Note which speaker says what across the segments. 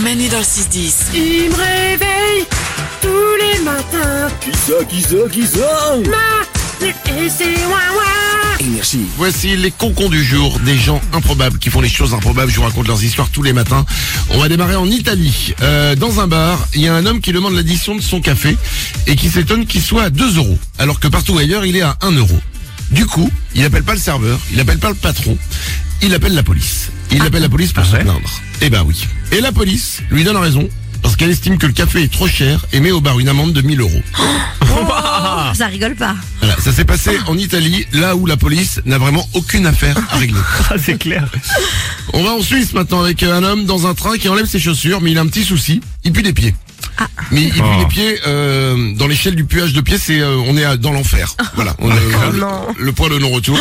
Speaker 1: Manu dans le 6-10.
Speaker 2: Il me réveille tous les matins.
Speaker 3: Qui ça, qui ça, qui ça
Speaker 2: Et c'est ouin
Speaker 3: Énergie.
Speaker 4: Voici les concons du jour, des gens improbables qui font les choses improbables. Je vous raconte leurs histoires tous les matins. On va démarrer en Italie. Euh, dans un bar, il y a un homme qui demande l'addition de son café et qui s'étonne qu'il soit à 2 euros, alors que partout ailleurs, il est à 1 euro. Du coup, il n'appelle pas le serveur, il n'appelle pas le patron, il appelle la police. Il appelle la police pour se plaindre. Eh ben oui. Et la police lui donne raison parce qu'elle estime que le café est trop cher et met au bar une amende de 1000 euros.
Speaker 5: Ça rigole pas.
Speaker 4: Voilà, ça s'est passé en Italie, là où la police n'a vraiment aucune affaire à régler.
Speaker 6: Ah, c'est clair.
Speaker 4: On va en Suisse maintenant avec un homme dans un train qui enlève ses chaussures, mais il a un petit souci, il pue des pieds. Mais il pue
Speaker 6: Oh.
Speaker 4: des pieds, euh, dans l'échelle du puage de pieds, c'est euh, on est à- dans l'enfer. Voilà, on est, euh, le, le point de non-retour.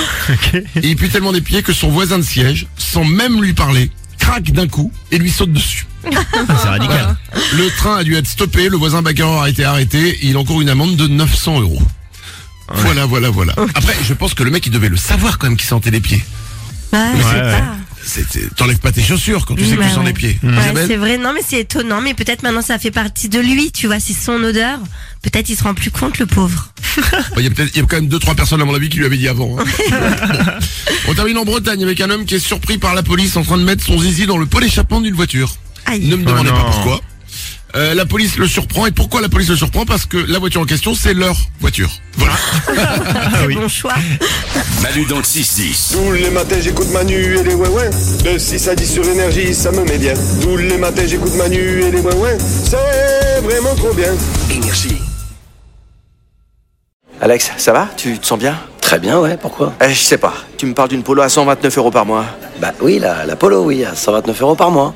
Speaker 4: Et il pue tellement des pieds que son voisin de siège, sans même lui parler, craque d'un coup et lui saute dessus.
Speaker 6: C'est radical.
Speaker 4: Le train a dû être stoppé, le voisin bagarreur a été arrêté, il encourt une amende de 900 euros. Voilà, voilà, voilà. Après, je pense que le mec, il devait le savoir quand même qu'il sentait les pieds.
Speaker 5: Ouais, je sais
Speaker 6: ouais.
Speaker 5: pas.
Speaker 4: C'est- T'enlèves pas tes chaussures quand tu sais que
Speaker 5: Ouais,
Speaker 4: tu sens
Speaker 5: ouais.
Speaker 4: les pieds.
Speaker 5: Ouais,
Speaker 4: Isabelle
Speaker 5: c'est vrai, non mais c'est étonnant, mais peut-être maintenant ça fait partie de lui, tu vois, c'est son odeur. Peut-être il se rend plus compte le pauvre.
Speaker 4: Bah, Il y a peut-être, il y a quand même deux, trois personnes à mon avis qui lui avaient dit avant. hein. Bon. On termine en Bretagne avec un homme qui est surpris par la police en train de mettre son zizi dans le pot d'échappement d'une voiture.
Speaker 5: Aïe.
Speaker 4: Ne me demandez
Speaker 6: Oh
Speaker 4: pas
Speaker 6: non.
Speaker 4: pourquoi. Euh, la police le surprend et pourquoi la police le surprend Parce que la voiture en question c'est leur voiture. Voilà.
Speaker 5: Très bon choix.
Speaker 7: Manu dans le 6-10.
Speaker 3: Tous les matins j'écoute Manu et les ouais ouais. De 6 à 10 sur énergie, ça me met bien. Tous les matins j'écoute Manu et les ouais ouais. C'est vraiment trop bien.
Speaker 8: Énergie.
Speaker 9: Alex, ça va Tu te sens bien
Speaker 8: Très bien, ouais, pourquoi
Speaker 9: Eh, Je sais pas. Tu me parles d'une polo à 129 euros par mois.
Speaker 8: Bah oui, la, la Polo, oui, à 129 euros par mois.